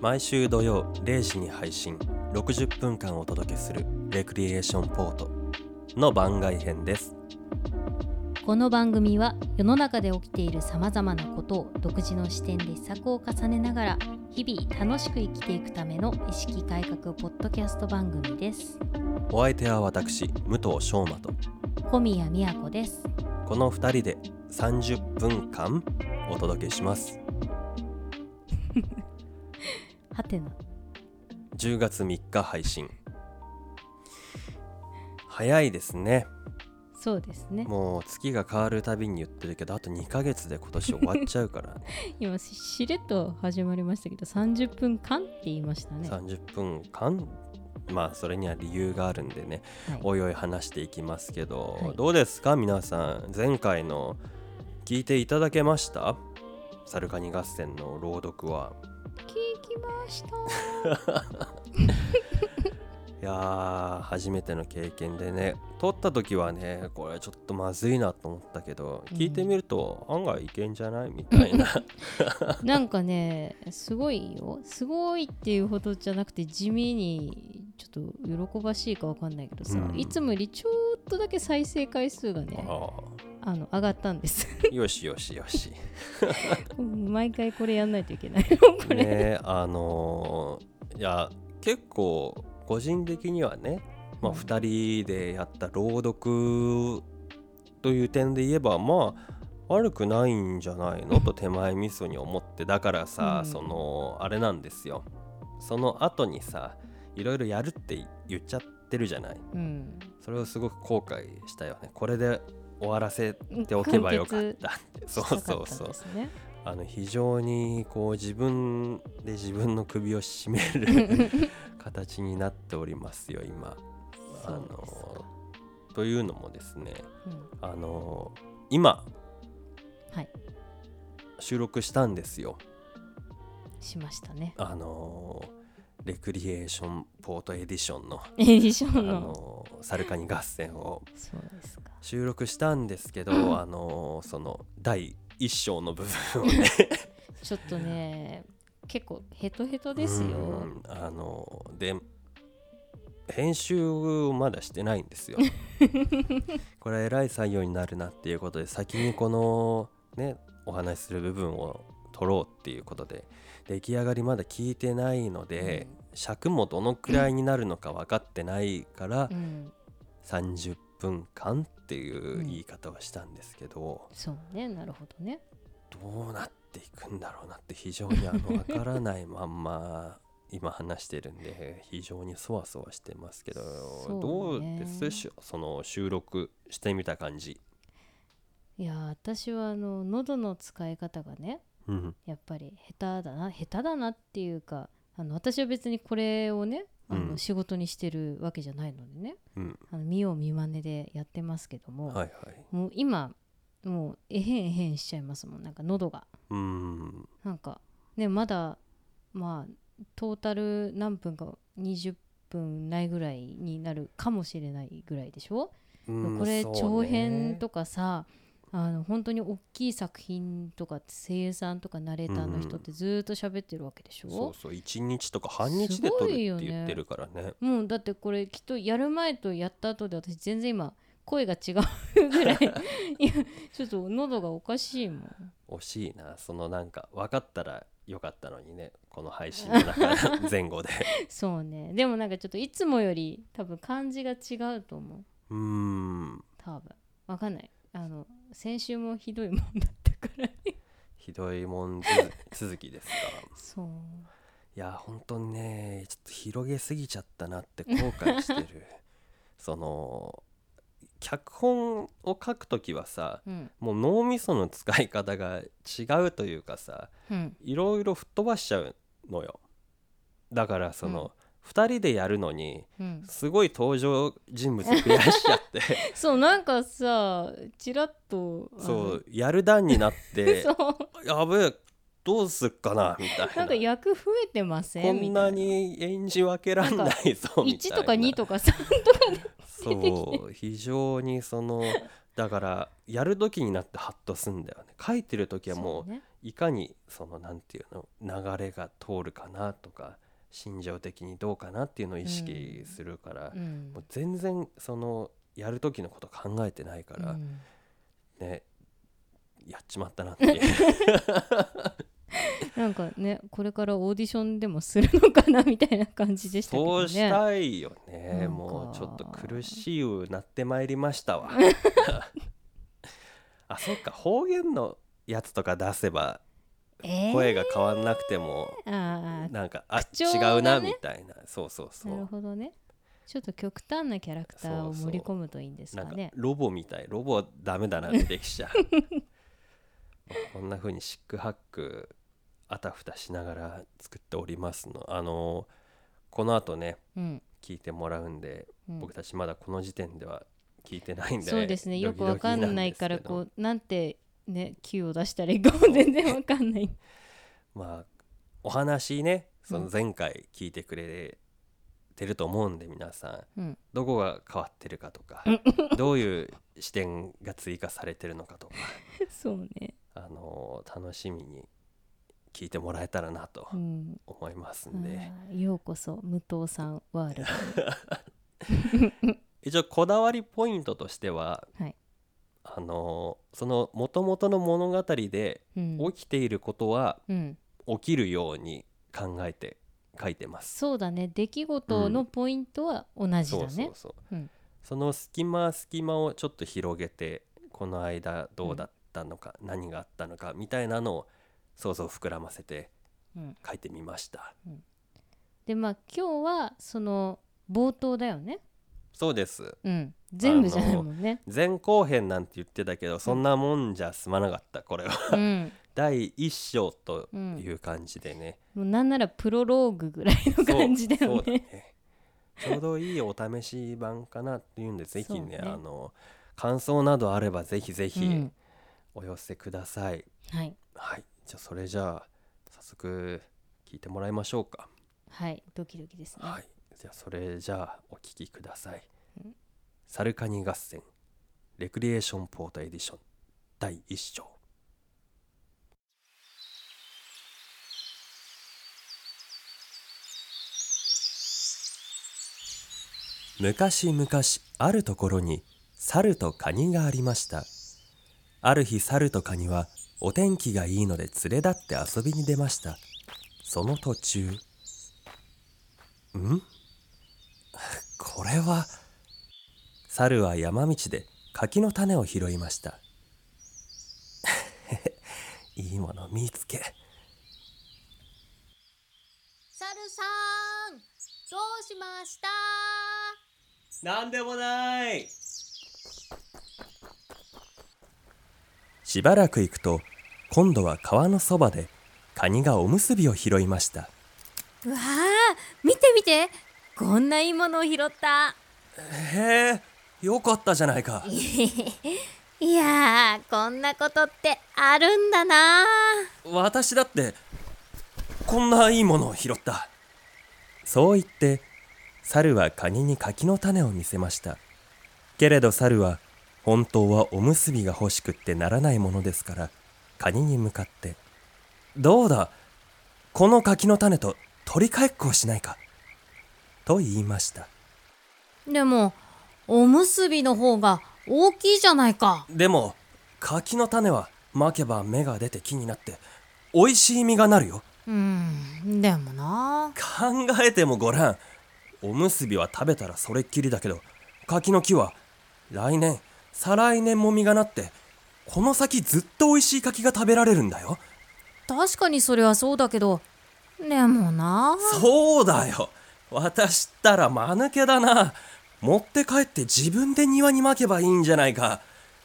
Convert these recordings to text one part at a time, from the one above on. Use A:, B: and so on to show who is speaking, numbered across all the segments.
A: 毎週土曜0時に配信60分間お届けする「レクリエーションポート」の番外編です
B: この番組は世の中で起きているさまざまなことを独自の視点で施策を重ねながら日々楽しく生きていくための意識改革ポッドキャスト番組です
A: お相手は私武藤昌磨と
B: 小宮宮子です
A: この2人で30分間お届けします
B: はてな
A: 10月3日配信早いですね
B: そうですね
A: もう月が変わるたびに言ってるけどあと2ヶ月で今年終わっちゃうから、ね、
B: 今ししれっと始まりましたけど30分間って言いま したね
A: 30分間まあそれには理由があるんでね、
B: はい
A: おいおい話していきますけど、
B: はい
A: どうですか皆さん前回の聞いていただけましたサルカニ合戦の朗読は
B: 聞きました
A: いやー初めての経験でね撮った時はねこれちょっとまずいなと思ったけど
B: うん
A: 聞いてみると案外いけんじゃないみたいな
B: なんかねすごいよすごいっていうほどじゃなくて地味にちょっと喜ばしいかわかんないけどさ、
A: うん
B: いつもよりちょっとだけ再生回数が ね
A: あ
B: あの上がったんです
A: ー よしよしよし
B: 毎回これやんないといけない これ、
A: ねあのーいや結構個人的にはね、まあ、
B: うん
A: 2人でやった朗読という点で言えばまあ悪くないんじゃないのと手前味噌に思ってだからさ、
B: うん
A: そのあれなんですよその後にさいろいろやるって言っちゃってるじゃない
B: うん、
A: それをすごく後悔したよねこれで終わらせておけばよかったってそうそう
B: した
A: そ
B: かったん
A: う
B: ですね
A: あの非常にこう自分で自分の首を絞め る形になっておりますよ今。あ
B: そうですか
A: のというのもですね
B: うん
A: あの今、
B: はい
A: 収録したんですよ
B: しましたね
A: あのレクリエーションポートエディションの
B: エディショ
A: あ
B: ンの
A: のサルカニ合戦を
B: そうですか
A: 収録したんですけど、あのその第一章の部分をね
B: ちょっとね結構ヘトヘトですよ
A: うんあので編集をまだしてないん ですよ。これは偉い作業になるなっていうことで先にこのねお話しする部分を取ろうっていうことで出来上がりまだ聞いてないので、尺もどのくらいになるのか分かってないから、
B: うん
A: 30分間っていううん言い方をしたんですけど、
B: そうねなるほどね
A: どうなっていくんだろうなって非常にあのわからないまん ま今話してるんで非常にそわそわしてますけど、
B: そ
A: ど
B: う
A: う
B: ね
A: ですしその収録してみた感じ。
B: いやー私はあの喉の使い方がね
A: うん
B: やっぱり下手だな下手だなっていうかあの私は別にこれをねあ
A: う
B: の
A: ん
B: 仕事にしてるわけじゃないのでね、
A: うん、
B: あの見よう見まねでやってますけども、
A: はいはい。
B: もう今もうえへんえへんしちゃいますもんなんか喉が
A: うん
B: なんかねまだまあトータル何分か20分ないぐらいになるかもしれないぐらいでしょ
A: うん
B: これ
A: そう
B: 長
A: ね
B: 編とかさあの本当に大きい作品とかって声優さんとかナレーターの人ってずーっと喋ってるわけでし
A: そ
B: ょ
A: う、そう1日とか半日で撮るって言ってるからね。
B: もうだってこれきっとやる前とやった後で私全然今声が違うぐ らいいやちょっと喉がおかしいもん
A: 惜しいなそのなんか分かったらよかったのにねこの配信の中 で前後で。
B: そうねでもなんかちょっといつもより多分感じが違うと思
A: う
B: う
A: ん
B: 多分わかんないあの先週もひどいもんだったから
A: ひどいもんず続きですか。
B: そう
A: いや本当にねちょっと広げすぎちゃったなって後悔して るその脚本を書く時はさ
B: うん
A: もう脳みその使い方が違うというかさ
B: うん
A: いろいろ吹っ飛ばしちゃうのよだからその、2人でやるのに
B: うん
A: すごい登場人物増やしちゃって
B: そうなんかさちらっとあの
A: そうやる段になっ て
B: そう
A: やべえどうすっかなみたいな
B: なんか役増えてません
A: こんなに演じ分けらんないぞみ
B: み
A: た
B: た
A: い
B: い
A: な
B: な1とか2とか3とかで
A: そう非常にそのだからやる時になってハッとすんだよね書いてる時はもう
B: ね
A: いかにそのなんていうの流れが通るかなとか心情的にどうかなっていうのを意識するから、
B: うん
A: もう全然そのやる時のこと考えてないから、
B: うん
A: ねやっちまったなっていう
B: なんかねこれからオーディションでもするのかなみたいな感じでしたけど
A: そ
B: ね
A: うしたいよ
B: なん
A: ね
B: か
A: もうちょっと苦しいようになってまいりました わあそっか方言のやつとか出せば
B: えー
A: 声が変わんなくても
B: あー
A: なんかあ
B: 口調
A: 違
B: がね
A: うなみたいなそうそうそ
B: なる
A: う
B: ほどねちょっと極端なキャラクターを盛り込むといいんです
A: な
B: か
A: んか
B: ね
A: ロボみたいロボダメだなってき ちゃうこんな風にシックハックあたふたしながら作っておりますのあのこの後ね
B: うん
A: 聞いてもらうんで、
B: うん
A: 僕たちまだこの時点では聞いてないんで
B: そうですねよくわかんないから
A: ドキドキ
B: こ
A: なんで
B: うなんてね Q を出したらいいかも全然わかんない
A: すけどまあお話ねそうの
B: ん
A: 前回聞いてくれてると思うんで皆さん
B: うん
A: どこが変わってるかとかどういう視点が追加されてるのかとか
B: そうね
A: あの楽しみに聞いてもらえたらなと
B: うん
A: 思います
B: あ
A: んで、
B: ーようこそ武藤さんワール
A: 一応こだわりポイントとしては、
B: はい
A: あのその元々の物語で
B: ド、うん
A: 起きていることは
B: うん、
A: 起きるように考えて書いてます。
B: そうだね出来事のポイントは同じ
A: そ
B: だ
A: うそ
B: ね
A: うそう、
B: うん
A: その隙間隙間をちょっと広げてこの間どうだったのか、何があったのかみたいなのを想像を膨らませて
B: うん
A: 書いてみました。
B: でまあ今日はその冒頭だよね
A: そうです
B: うん全部じゃないもんね
A: 前後編なんて言ってたけどそんなもんじゃ済まなかったこれは
B: うん
A: 第一章と いう感じでね、
B: もうなんならプロローグぐらいの
A: そう
B: 感じだよ
A: そうだ
B: ね
A: ねちょうどいいお試し版かなっていうんでぜひね
B: そうね
A: あの感想などあればぜひぜ
B: う
A: ひ
B: ん
A: お寄せください、
B: はい
A: はいじゃあそれじゃあ早速聞いてもらいましょうか
B: はいドキドキですね
A: はいじゃあそれじゃあお聞きください
B: うん
A: 「サルカニ合戦レクリエーションポートエディション第1章」昔々あるところに猿とカニがありましたある日猿とカニはお天気がいいので連れ立って遊びに出ましたその途中んこれは猿は山道で柿の種を拾いました いいもの見つけ
C: サルさんどうしました
A: なんでもないしばらく行くと今度は川のそばでカニがおむすびを拾いました
C: うわあ見て見てこんないいものを拾った
A: へえよかったじゃないか
C: いやーこんなことってあるんだな
A: 私だってこんないいものを拾ったそう言って猿はカニに柿の種を見せましたけれど猿は本当はおむすびが欲しくってならないものですからカニに向かって「どうだこの柿の種と取り替えっこをしないか」と言いました
C: でもおむすびの方が大きいじゃないか
A: でも柿の種はまけば芽が出て木になって美味しい実がなるよ
C: うんでもな
A: 考えてもごらんおむすびは食べたらそれっきりだけど柿の木は来年再来年も実がなってこの先ずっと美味しい柿が食べられるんだよ
C: 確かにそれはそうだけどでもな
A: そうだよ私ったら間抜けだな持って帰って自分で庭にまけばいいんじゃないか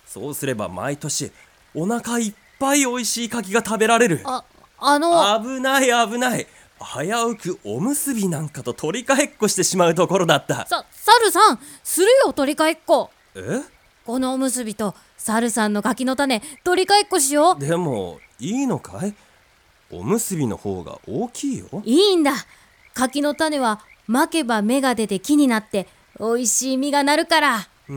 A: そうすれば毎年お腹いっぱい美味しい柿が食べられる
C: ああの
A: 危ない危ない危うくおむすびなんかと取り替えっこしてしまうところだった
C: さサルさんするよ取り替えっこ
A: え
C: このおむすびとサルさんの柿の種取り替えっこしよう
A: でもいいのかいおむすびの方が大きいよ
C: いいんだ柿の種はまけば芽が出て木になって美味しい実がなるから
A: うー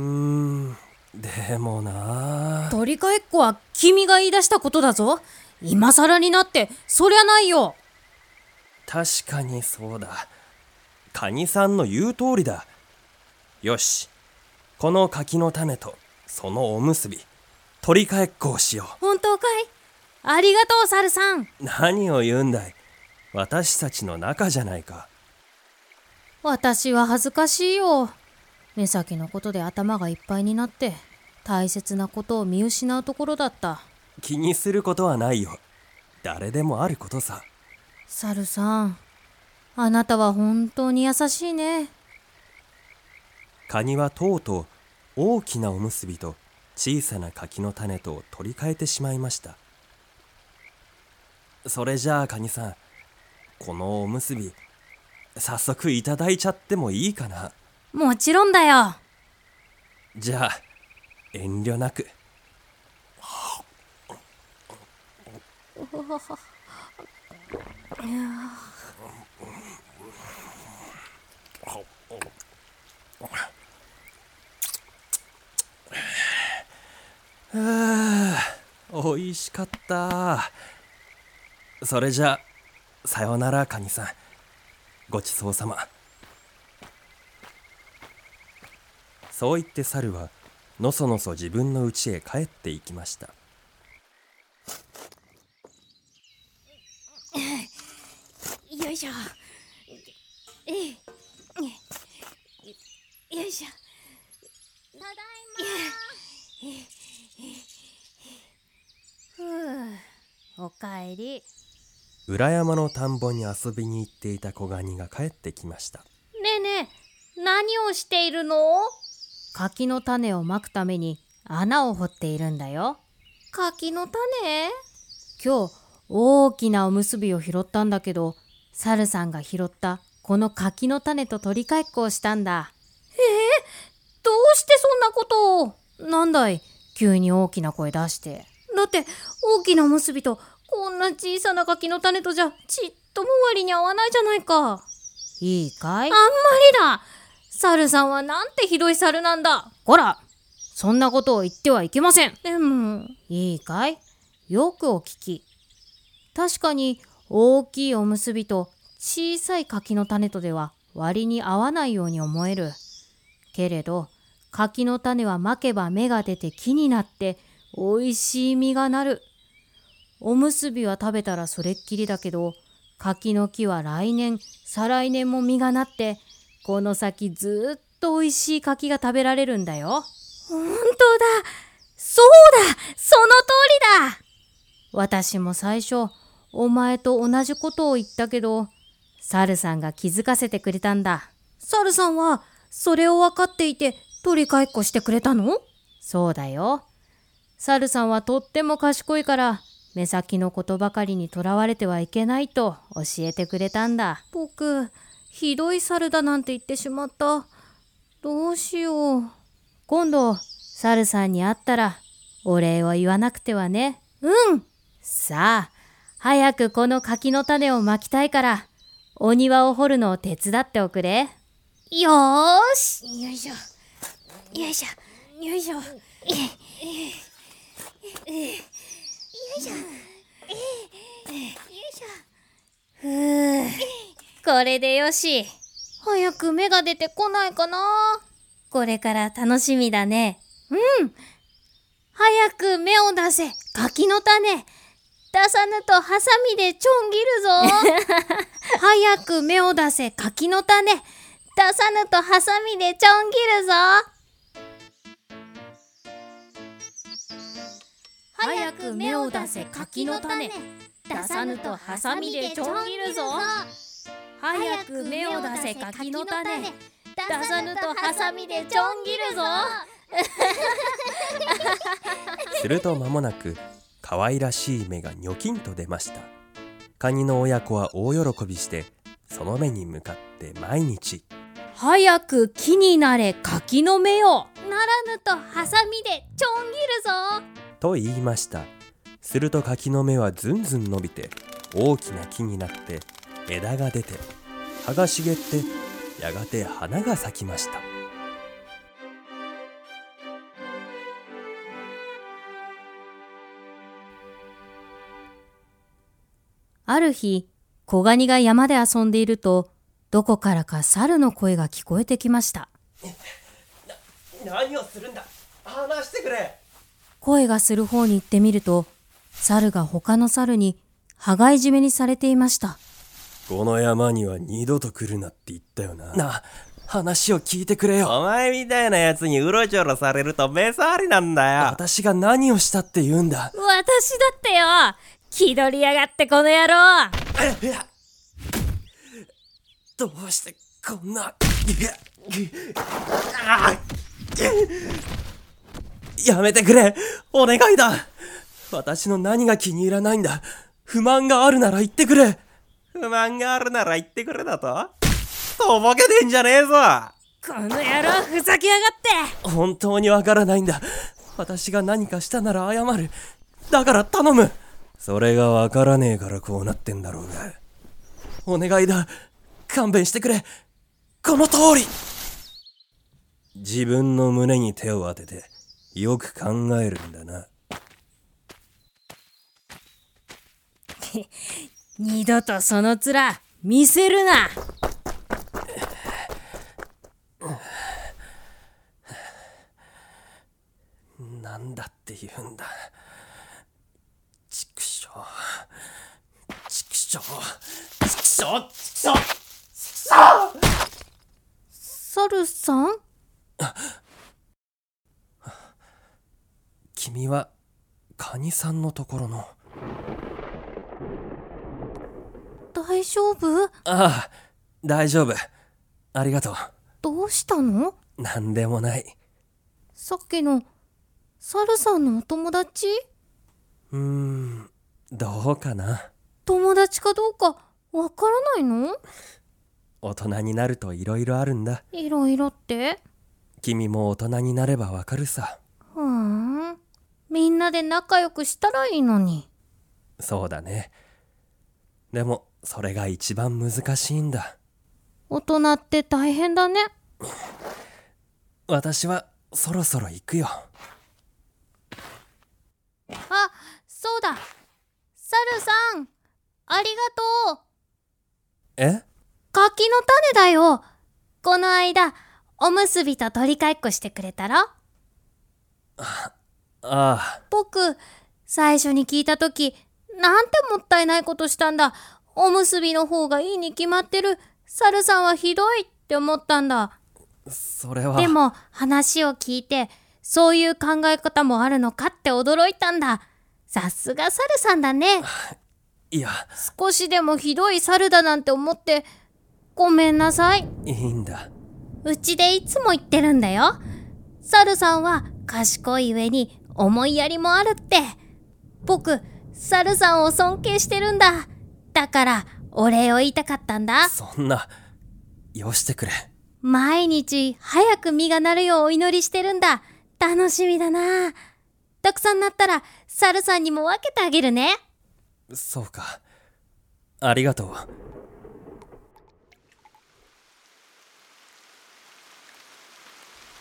A: んでもなあ
C: 取り替えっこは君が言い出したことだぞ
B: 今更になってそりゃないよ
A: 確かにそうだカニさんの言う通りだよしこの柿の種とそのおむすび取り替えっこをしよ
B: 本当かいありがとう猿さん
A: う何を言うんだい私たちの仲じゃないか
B: 私は恥ずかしいよ目先のことで頭がいっぱいになって大切なことを見失うところだった
A: 気にすることはないよ誰でもあることさ
B: 猿さんあなたは本当に優しいね
A: カニはとうとう大きなおむすびと小さな柿の種と取り替えてしまいましたそれじゃあカニさんこのおむすび早速いただいちゃってもいいかな
B: もちろんだよ
A: じゃあ遠慮なくはあ美味しかったそれじゃあさようならカニさんごちそうさまそう言って猿はのそのそ自分の家へ帰っていきました
D: よいしょええよいしょ
E: ただいま。ふう、おかえり。
A: 裏山の田んぼに遊びに行っていた小ガニが帰ってきました
E: ねえねえ、何をしているの
B: 柿の種をまくために穴を掘っているんだよ
E: 柿の種
B: 今日大きなおむすびを拾ったんだけど猿さんが拾ったこの柿の種と取り替えっこをしたんだ
E: どうしてそんなことを
B: なんだい急に大きな声出して
E: だって、大きなおむすびと、こんな小さな柿の種とじゃ、ちっとも割に合わないじゃないか。
B: いいかい
E: あんまりだ猿さんはなんてひどい猿なんだ
B: こらそんなことを言ってはいけません
E: でも、
B: いいかいよくお聞き確かに大きいおむすびと小さい柿の種とでは割に合わないように思えるけれど柿の種はまけば芽が出て木になって美味しい実がなるおむすびは食べたらそれっきりだけど柿の木は来年再来年も実がなってこの先ずっと美味しい柿が食べられるんだよ
E: 本当だそうだその通りだ
B: 私も最初お前と同じことを言ったけど猿さんが気づかせてくれたんだ
E: 猿さんはそれを分かっていて取り替えっこしてくれたの
B: そうだよ猿さんはとっても賢いから目先のことばかりにとらわれてはいけないと教えてくれたんだ
E: 僕ひどい猿だなんて言ってしまったどうしよう
B: 今度猿さんに会ったらお礼を言わなくてはね
E: うん
B: さあ早くこの柿の種をまきたいからお庭を掘るのを手伝っておくれ
E: よーし
D: よいしょよいしょよいしょ
E: これでよし早く芽が出てこないかな
D: これから楽しみだね
E: 早く芽を出せ柿の種出さぬとハサミでちょん切るぞ 早く芽を出せ柿の種出さぬとハサミでちょん切るぞ
B: 早く芽を出せ柿の種出さぬとハサミでちょん切るぞ早く芽を出せ柿の種出さぬとハサミでちょん切るぞ
A: すると間もなく可愛らしい目がニョキンと出ましたカニの親子は大喜びしてその目に向かって毎日
B: 早く木になれ柿の芽よ
E: ならぬとハサミでちょん切るぞ
A: と言いましたすると柿の芽はずんずん伸びて大きな木になって枝が出て葉が茂ってやがて花が咲きました
B: ある日、小ガニが山で遊んでいると、どこからか猿の声が聞こえてきました。
A: 何をするんだ話してくれ
B: 声がする方に行ってみると、猿が他の猿に羽交い締めにされていました。
A: この山には二度と来るなって言ったよななあ話を聞いてくれよお前みたいなやつにうろちょろされると目障りなんだよ私が何をしたって言うんだ
E: 私だってよ気取りやがってこの野郎
A: どうしてこんなうわあやめてくれお願いだ私の何が気に入らないんだ不満があるなら言ってくれ不満があるなら言ってくれだととぼけてんじゃねえぞ
E: この野郎ふざけやがって
A: 本当にわからないんだ私が何かしたなら謝るだから頼むそれがわからねえからこうなってんだろうがお願いだ勘弁してくれこの通り自分の胸に手を当ててよく考えるんだな
B: 二度とその面、見せるな
A: なんだって言うんだ畜生畜生畜生畜生
B: 猿さん
A: 君はカニさんのところの
B: 大丈夫
A: ああ、大丈夫。ありがと
B: どうしたの
A: う。なんでもない。
B: さっきの、猿さんのお友達
A: うーん、どうかな。
B: 友達かどうかわからないの
A: 大人になると色々あるんだ。
B: いろいろって
A: 君も大人になればわかるさ。
B: ふーん。みんなで仲良くしたらいいのに。
A: そうだね。でも、それが一番難しいんだ。
B: 大人って大変だね。
A: 私は、そろそろ行くよ。
F: あ、そうだ。猿さん、ありがとう。
A: え
F: 柿の種だよ。この間、おむすびと取り替えっこしてくれたろ
A: ああ、
F: 僕、最初に聞いたとき、なんてもったいないことしたんだ。おむすびの方がいいに決まってる。猿さんはひどいって思ったんだ。
A: それは。
F: でも、話を聞いて、そういう考え方もあるのかって驚いたんだ。さすが猿さんだね。
A: いや、
F: 少しでもひどい猿だなんて思って、ごめんなさい。
A: いいんだ。
F: うちでいつも言ってるんだよ。猿さんは賢い上に思いやりもあるって。僕、猿さんを尊敬してるんだ。だから、お礼を言いたかったんだ。
A: そんな、よしてくれ。
F: 毎日早く実がなるようお祈りしてるんだ。楽しみだな。たくさんなったら、猿さんにも分けてあげるね。
A: そうか。ありがとう。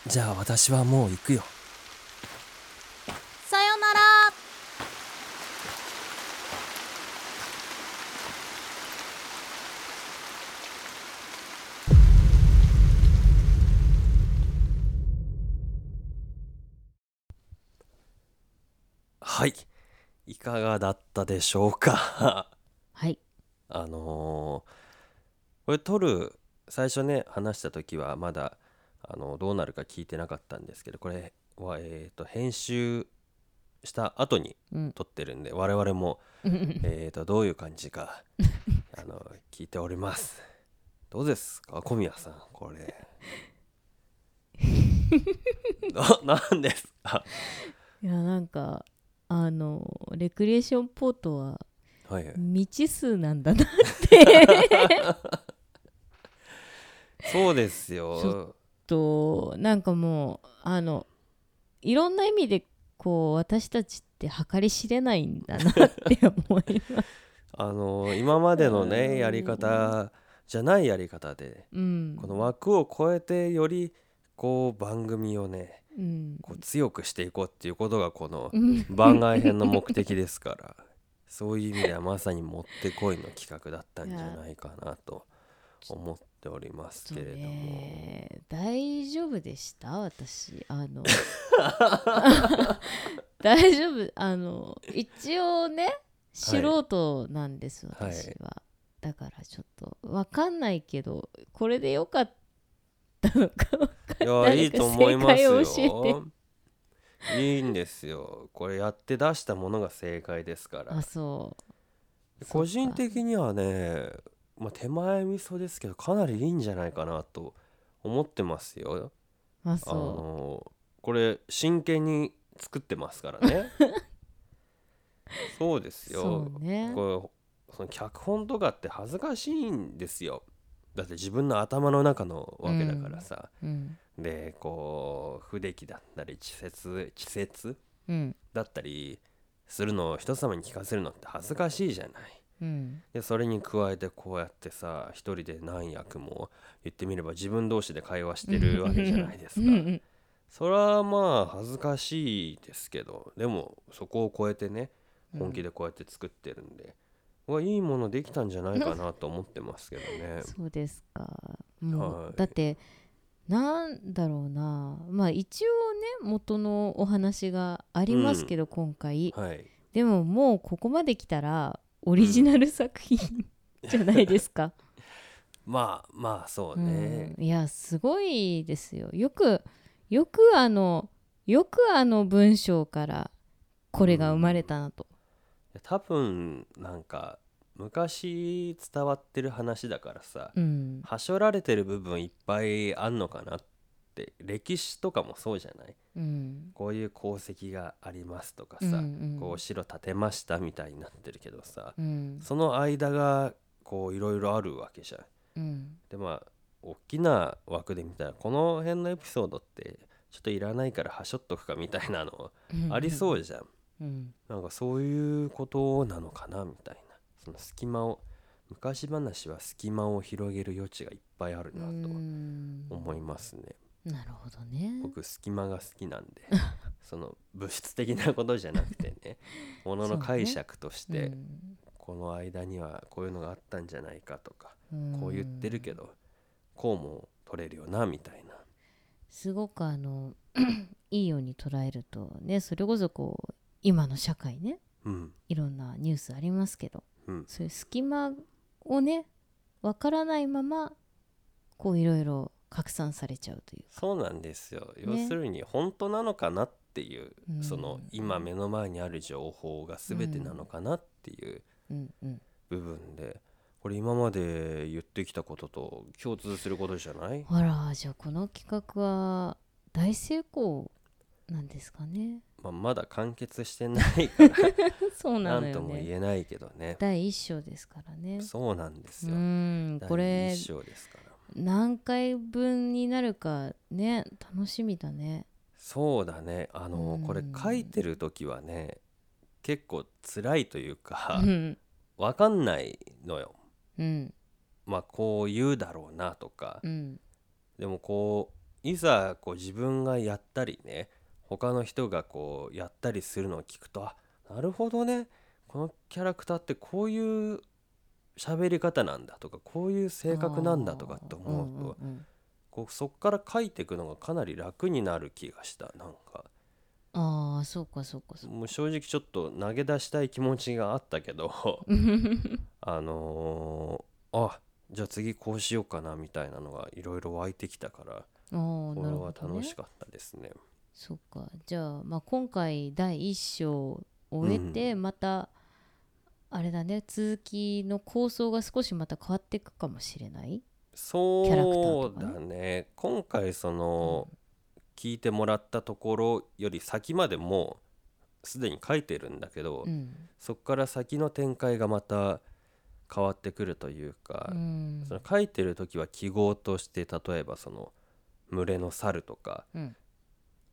A: じゃあ私はもう行くよ。
F: さよなら。
A: はい。いかがだったでしょうか
E: はい
A: あのーこれ撮る最初ね話した時はまだ、あのどうなるか聞いてなかったんですけどこれは、えー、と編集した後に
E: うん
A: 撮ってるんで、我々も、えー、とどういう感じ かあの聞いておりますどうですか小宮さんこれ ななんですか
E: いやなんかあのレクリエーションポートは
A: はい
E: 未知数なんだなって
A: そうです
E: ち
A: よ
E: となんかもうあのいろんな意味でこう私たちって計り知れないんだなって思います。
A: あの今までの
E: うん
A: ねやり方じゃないやり方で
E: うん、
A: この枠を超えてよりこう番組をね
E: うん
A: こう強くしていこうっていうことがこの
E: うん
A: 番外編の目的ですからそういう意味ではまさにもってこいの企画だったんじゃないかなと思っておりますけれども、
B: ね大丈夫でした私あの 大丈夫あの一応ね素人なんです、
A: はい
B: 私はだからちょっとわかんないけどこれでよかったのか わかん
A: いや
B: 誰か
A: いいと思いますよ
B: 正解を教
A: いいんですよこれやって出したものが正解ですから
B: あそう
A: 個人的にはね、まあ、手前味噌ですけどかなりいいんじゃないかなと思ってますよ。
B: あ
A: あ
B: そ
A: のこれ真剣に作ってますから ね。そうです
B: うそ
A: よ。
B: うね
A: これその脚本とかって恥ずかしいんですよ。だって自分の頭の中のわけだからさ。
B: うん
A: でこう不出来だったり稚拙稚拙
B: うん
A: だったりするのを人様に聞かせるのって恥ずかしいじゃない。
B: うん
A: でそれに加えてこうやってさ一人で何役も言ってみれば自分同士で会話してるわけじゃないです
B: うんう
A: か
B: ん
A: それはまあ恥ずかしいですけどでもそこを超えてね本気でこうやって作ってるんで、うわいいものできたんじゃないかなと思ってますけどね
B: そうですか。もう、
A: はい
B: だってなんだろうなまあ一応ね元のお話がありますけど、今回
A: はい
B: でももうここまで来たらオリジナル作品じゃないですか。
A: まあまあそう ね、
B: うんいやすごいですよ。よくよくあのよくあの文章からこれが生まれたなと。
A: 多分なんか昔伝わってる話だからさ、
B: うん、
A: はしょられてる部分いっぱいあんのかなって歴史とかもそうじゃない
B: うん、
A: こういう功績がありますとか
B: うんう
A: さ、
B: ん
A: こう城建てましたみたいになってるけどさ、
B: うん
A: その間がこういろいろあるわけじゃん。
B: うん
A: でまあ大きな枠で見たらこの辺のエピソードってちょっといらないからはしょっとくかみたいなのありそうじゃん。
B: うん
A: なんかそういうことなのかなみたいなその隙間を昔話は隙間を広げる余地がいっぱいある
B: う
A: なと
B: ん
A: 思いますね。
B: なるほどね。
A: 僕隙間が好きなんで その物質的なことじゃなくてねものの解釈として、この間にはこういうのがあったんじゃないかとか、
B: うん
A: こう言ってるけどこうも取れるよなみたいな
B: すごくあの いいように捉えるとねそれこそこう今の社会ね
A: うん
B: いろんなニュースありますけど
A: うん
B: そういう隙間をねわからないままこういろいろ拡散されちゃうというか
A: そうなんですよ要
B: ね
A: するに本当なのかなっていう、
B: うん
A: その今目の前にある情報が全てなのかなっていう
B: うんうん
A: 部分でこれ今まで言ってきたことと共通することじゃない
B: あらじゃあこの企画は大成功なんですかね
A: まあ、まだ完結してないから
B: そう
A: な
B: なの
A: ん
B: よ
A: とも言
B: ね
A: えないけどね
B: 第一章ですからね
A: そうなんです
B: う
A: よ、
B: んこ
A: 第
B: れ
A: 一章ですから
B: 何回分になるかね楽しみだね
A: そうだねあの、
B: うん
A: これ書いてる時はね結構辛いというか
B: うん
A: わかんないのよ
B: うん
A: まあこう言うだろうなとか、
B: うん
A: でもこういざこう自分がやったりね他の人がこうやったりするのを聞くとあなるほどねこのキャラクターってこういう喋り方なんだとかこういう性格なんだとかって思うと、
B: あーんんん
A: こうそっから書いていくのがかなり楽になる気がしたなんか
B: あーそうかそうかそうか
A: もう正直ちょっと投げ出したい気持ちがあったけ どあのーあじゃあ次こうしようかなみたいなのがいろいろ湧いてきたから
B: あ
A: こ
B: ーな
A: れ
B: る
A: は
B: ほど
A: 楽
B: ね
A: しかったですね。
B: そうかじゃあ,、まあ今回第一章を終えて
A: うん
B: また、あれだね続きの構想が少しまた変わっていくかもしれないキャラクター
A: そ
B: と
A: う
B: かね
A: だね今回その、聞いてもらったところより先までもうすでに書いてるんだけど、
B: うん
A: そこから先の展開がまた変わってくるというか
B: う、ん
A: その書いてる時は記号として例えばその群れの猿とか
B: うん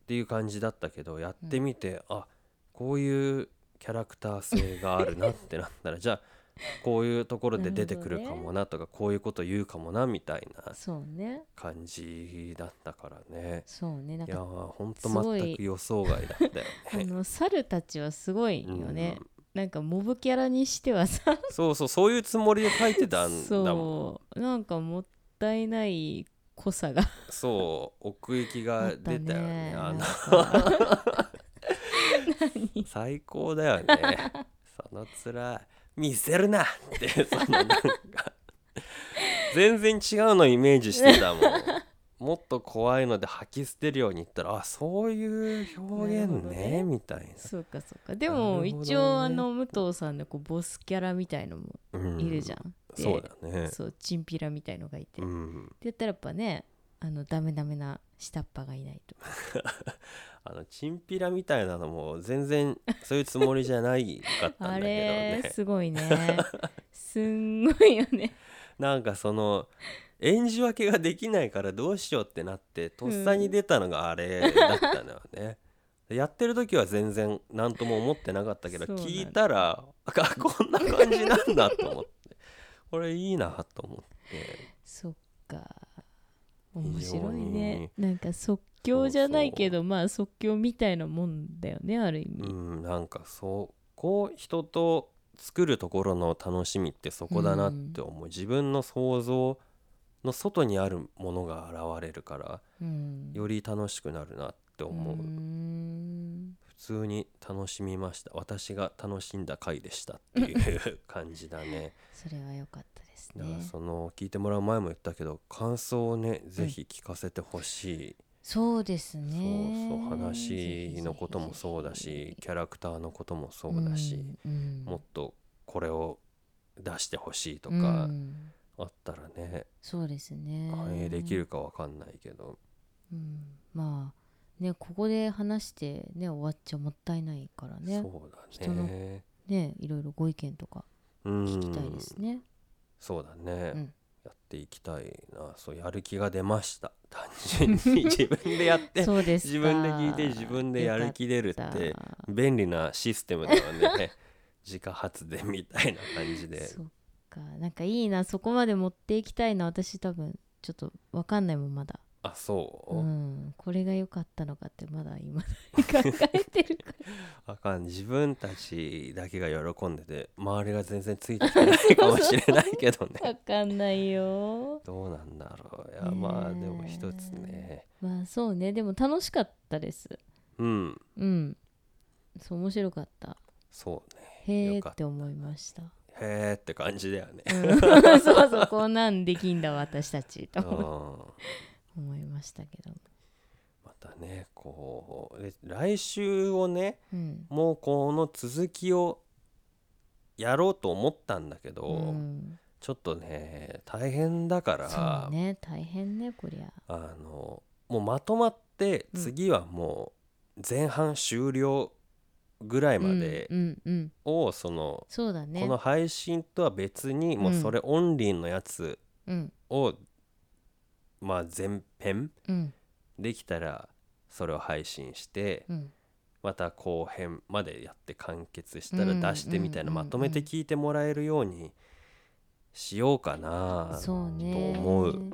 A: っていう感じだったけどやってみて、あこういうキャラクター性があるなってな ったらじゃあこういうところで出てくるかもなとかこういうこと言うかもなみたいな
B: そうね
A: 感じだったからね。
B: そうねなん
A: いや
B: か
A: ーほんと
B: すごい
A: 全く予想外だったよ
B: あ
A: ね。
B: の猿たちはすごいよね、
A: うん
B: なんかモブキャラにしてはさ
A: そうそうそういうつもりで書いてたんだもん
B: そうなんかもったいない濃さが
A: そう奥行き
B: あ
A: が
B: った
A: 出たよねあ
B: なん
A: の
B: か
A: 最高だよねそのつら見せるな ってそのなんか全然違うのイメージしてたもんもっと怖いので吐き捨てるように言ったらあそういう表現
B: なるほど
A: ね
B: ね
A: みたい
B: そうかそうかで
A: なるほど
B: も
A: ね
B: 一応あの武藤さんのこうボスキャラみたいのも
A: な、うん、
B: いるじゃん、で
A: そうだね
B: そうチンピラみたいのがいて、
A: う
B: って
A: ん
B: 言ったらやっぱねあのダメダメな下っ端がいないと
A: あのチンピラみたいなのも全然そういうつもりじゃないかったんだ
B: あ
A: けどね
B: れすごいねすんごいよね
A: なんかその演じ分けができないからどうしようってなってとっさに出たのがあれだったのよね。やってる時は全然何とも思ってなかったけど
B: そうなんだ
A: 聞いたらあこんな感じなんだと思ってこれいいなと思って
B: そっか
A: 常に
B: 面白いねなんか即興じゃないけどまあ即興みたいなもんだよねある意味、
A: うんなんかそうこう人と作るところの楽しみってそこだなって思う、自分の想像の外にあるものが現れるから
B: うん
A: より楽しくなるなって思う
B: ーん
A: 普通に楽しみました私が楽しんだ回でしたっていう感じだ ね
B: それは良かったです
A: だから
B: ね
A: その聞いてもらう前も言ったけど感想をねぜひ聞かせてほしい、
B: そうですね
A: そうそう話のこともそうだ
B: ぜひぜ
A: し
B: ひ
A: キャラクターのこともそうだし、
B: うんうん
A: もっとこれを出してほしいと
B: う
A: か
B: ん
A: あったらね、
B: そうですね
A: 反映できるかわかんないけど、
B: うんまあねここで話してね終わっちゃもったいないからね
A: そうだ
B: 人の
A: ね
B: ねいろいろご意見とか聞きたいです
A: うん
B: ね
A: そうだね、
B: うん
A: やっていきたいなそうやる気が出ました 単純に 自分でやって
B: そうですか
A: 自分で聞いて自分でやる気出るって
B: よかっ
A: 便利なシステムだよ ね自家発電みたいな感じ
B: た
A: で
B: そっかなんかいいなそこまで持っていきたいな私多分ちょっとわかんないもんまだ
A: あそう、
B: うんこれが良かったのかってまだ今考えてるか
A: あかん自分たちだけが喜んでて周りが全然ついてきてないかもしれないけど
B: らわ
A: ね
B: かんないよ
A: どうなんだろういや
B: ねえ
A: まあでも一つね
B: まあそうねでも楽しかったです
A: うん
B: うんそう面白かった
A: そうね
B: へえ
A: よかった
B: って思いました
A: へーって感じだ よね、
B: うんそうそうこんなんできんだ私たち
A: う
B: と思
A: ん
B: 思いましたけど
A: またねこうで来週をね
B: うん
A: もうこの続きをやろうと思ったんだけど、
B: うん
A: ちょっとね大変だから
B: そうね大変ねこりゃ
A: あのもうまとまって
B: うん
A: 次はもう前半終了ぐらいまで
B: うんうんうん
A: を、その
B: そうだね
A: この配信とは別にもううんそれオンリーのやつ
B: うん
A: を、まあ前編
B: うん
A: できたらそれを配信して。
B: うん
A: また後編までやって完結した
B: う
A: ら
B: ん
A: 出してみたいな
B: うんうん
A: ま
B: うん
A: とめて聞いてもらえるようにしようかな
B: そうね
A: と思う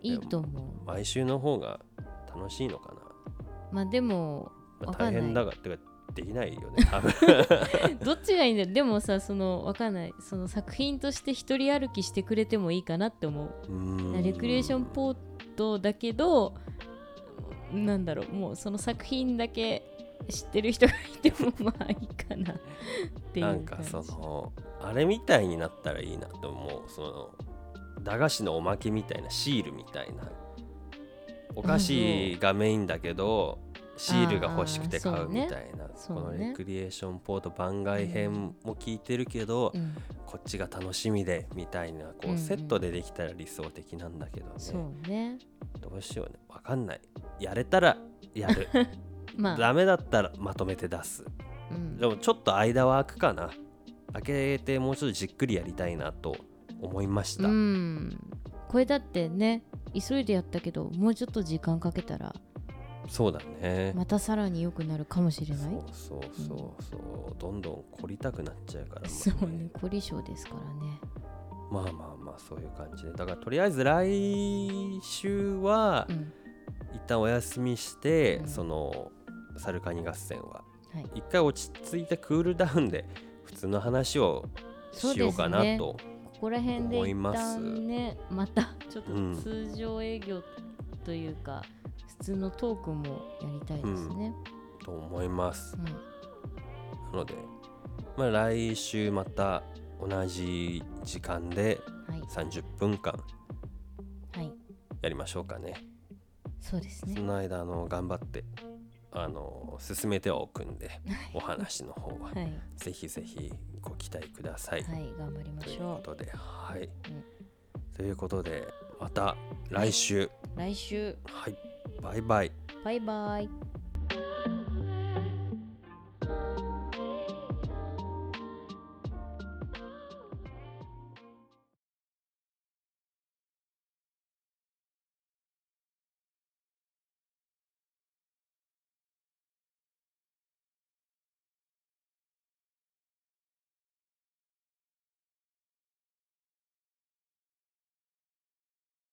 B: いいと思
A: 毎週の方が楽しいのか
B: うまあでも
A: な、ま
B: わ
A: あ、大
B: かんない
A: 変だがってかできないよね多分
B: どっちがいいんだよでもさそのわかんないその作品として一人歩きしてくれてもいいかなって思う
A: うーん
B: レクリエーションポートだけどなんだろうもうその作品だけ知ってる人がいてもまあいいかなっていう
A: な
B: 感
A: ん
B: じ
A: かそのあれみたいになったらいいなと思うその駄菓子のおまけみたいなシールみたいなお菓子がメインだけどシールが欲しくて買うみたいな、
B: そ
A: こ
B: うね
A: のレクリエーションポート番外編も聞いてるけど、
B: うん
A: こっちが楽しみでみたいな
B: うん
A: こ
B: う
A: うんセットでできたら理想的なんだけどね、
B: そうね
A: どうしようねわかんないやれたらや る
B: まあ
A: ダメだったらまとめて出す
B: うん
A: でもちょっと間は空くかな開けてもうちょっとじっくりやりたいなと思いました、
B: うんこれだってね急いでやったけどもうちょっと時間かけたら
A: そうだね、
B: またさらに良くなるかもしれない、
A: そうそうそうそう、どんどん凝りたくなっちゃうから
B: そうね
A: も
B: 凝り性ですからね
A: うねまあまあまあそういう感じでだからとりあえず来週は
B: うん
A: 一旦お休みして、
B: うん
A: そのサルカニ合戦は
B: はい
A: 一回落ち着いてクールダウンで普通の話をしようかな
B: そ
A: と、
B: ここら辺で
A: 思い
B: 一
A: ます
B: 旦ねまたちょっと
A: うん
B: 通常営業というか、普通のトークもやりたいですね。
A: と思います
B: う。ん
A: なので、まあ、来週また同じ時間で
B: はい
A: 30分間
B: はい
A: やりましょうかね。
B: そうです
A: そ
B: ね。
A: の間あの頑張ってあの進めてはおくんでお話の方は
B: はいはい
A: ぜひぜひご期待ください。
B: 頑張りま
A: とい
B: し
A: うこ
B: ょ
A: とではい、
B: ん
A: ということでまた来週
B: う。来週
A: はいバイバイ。
B: バイバイ。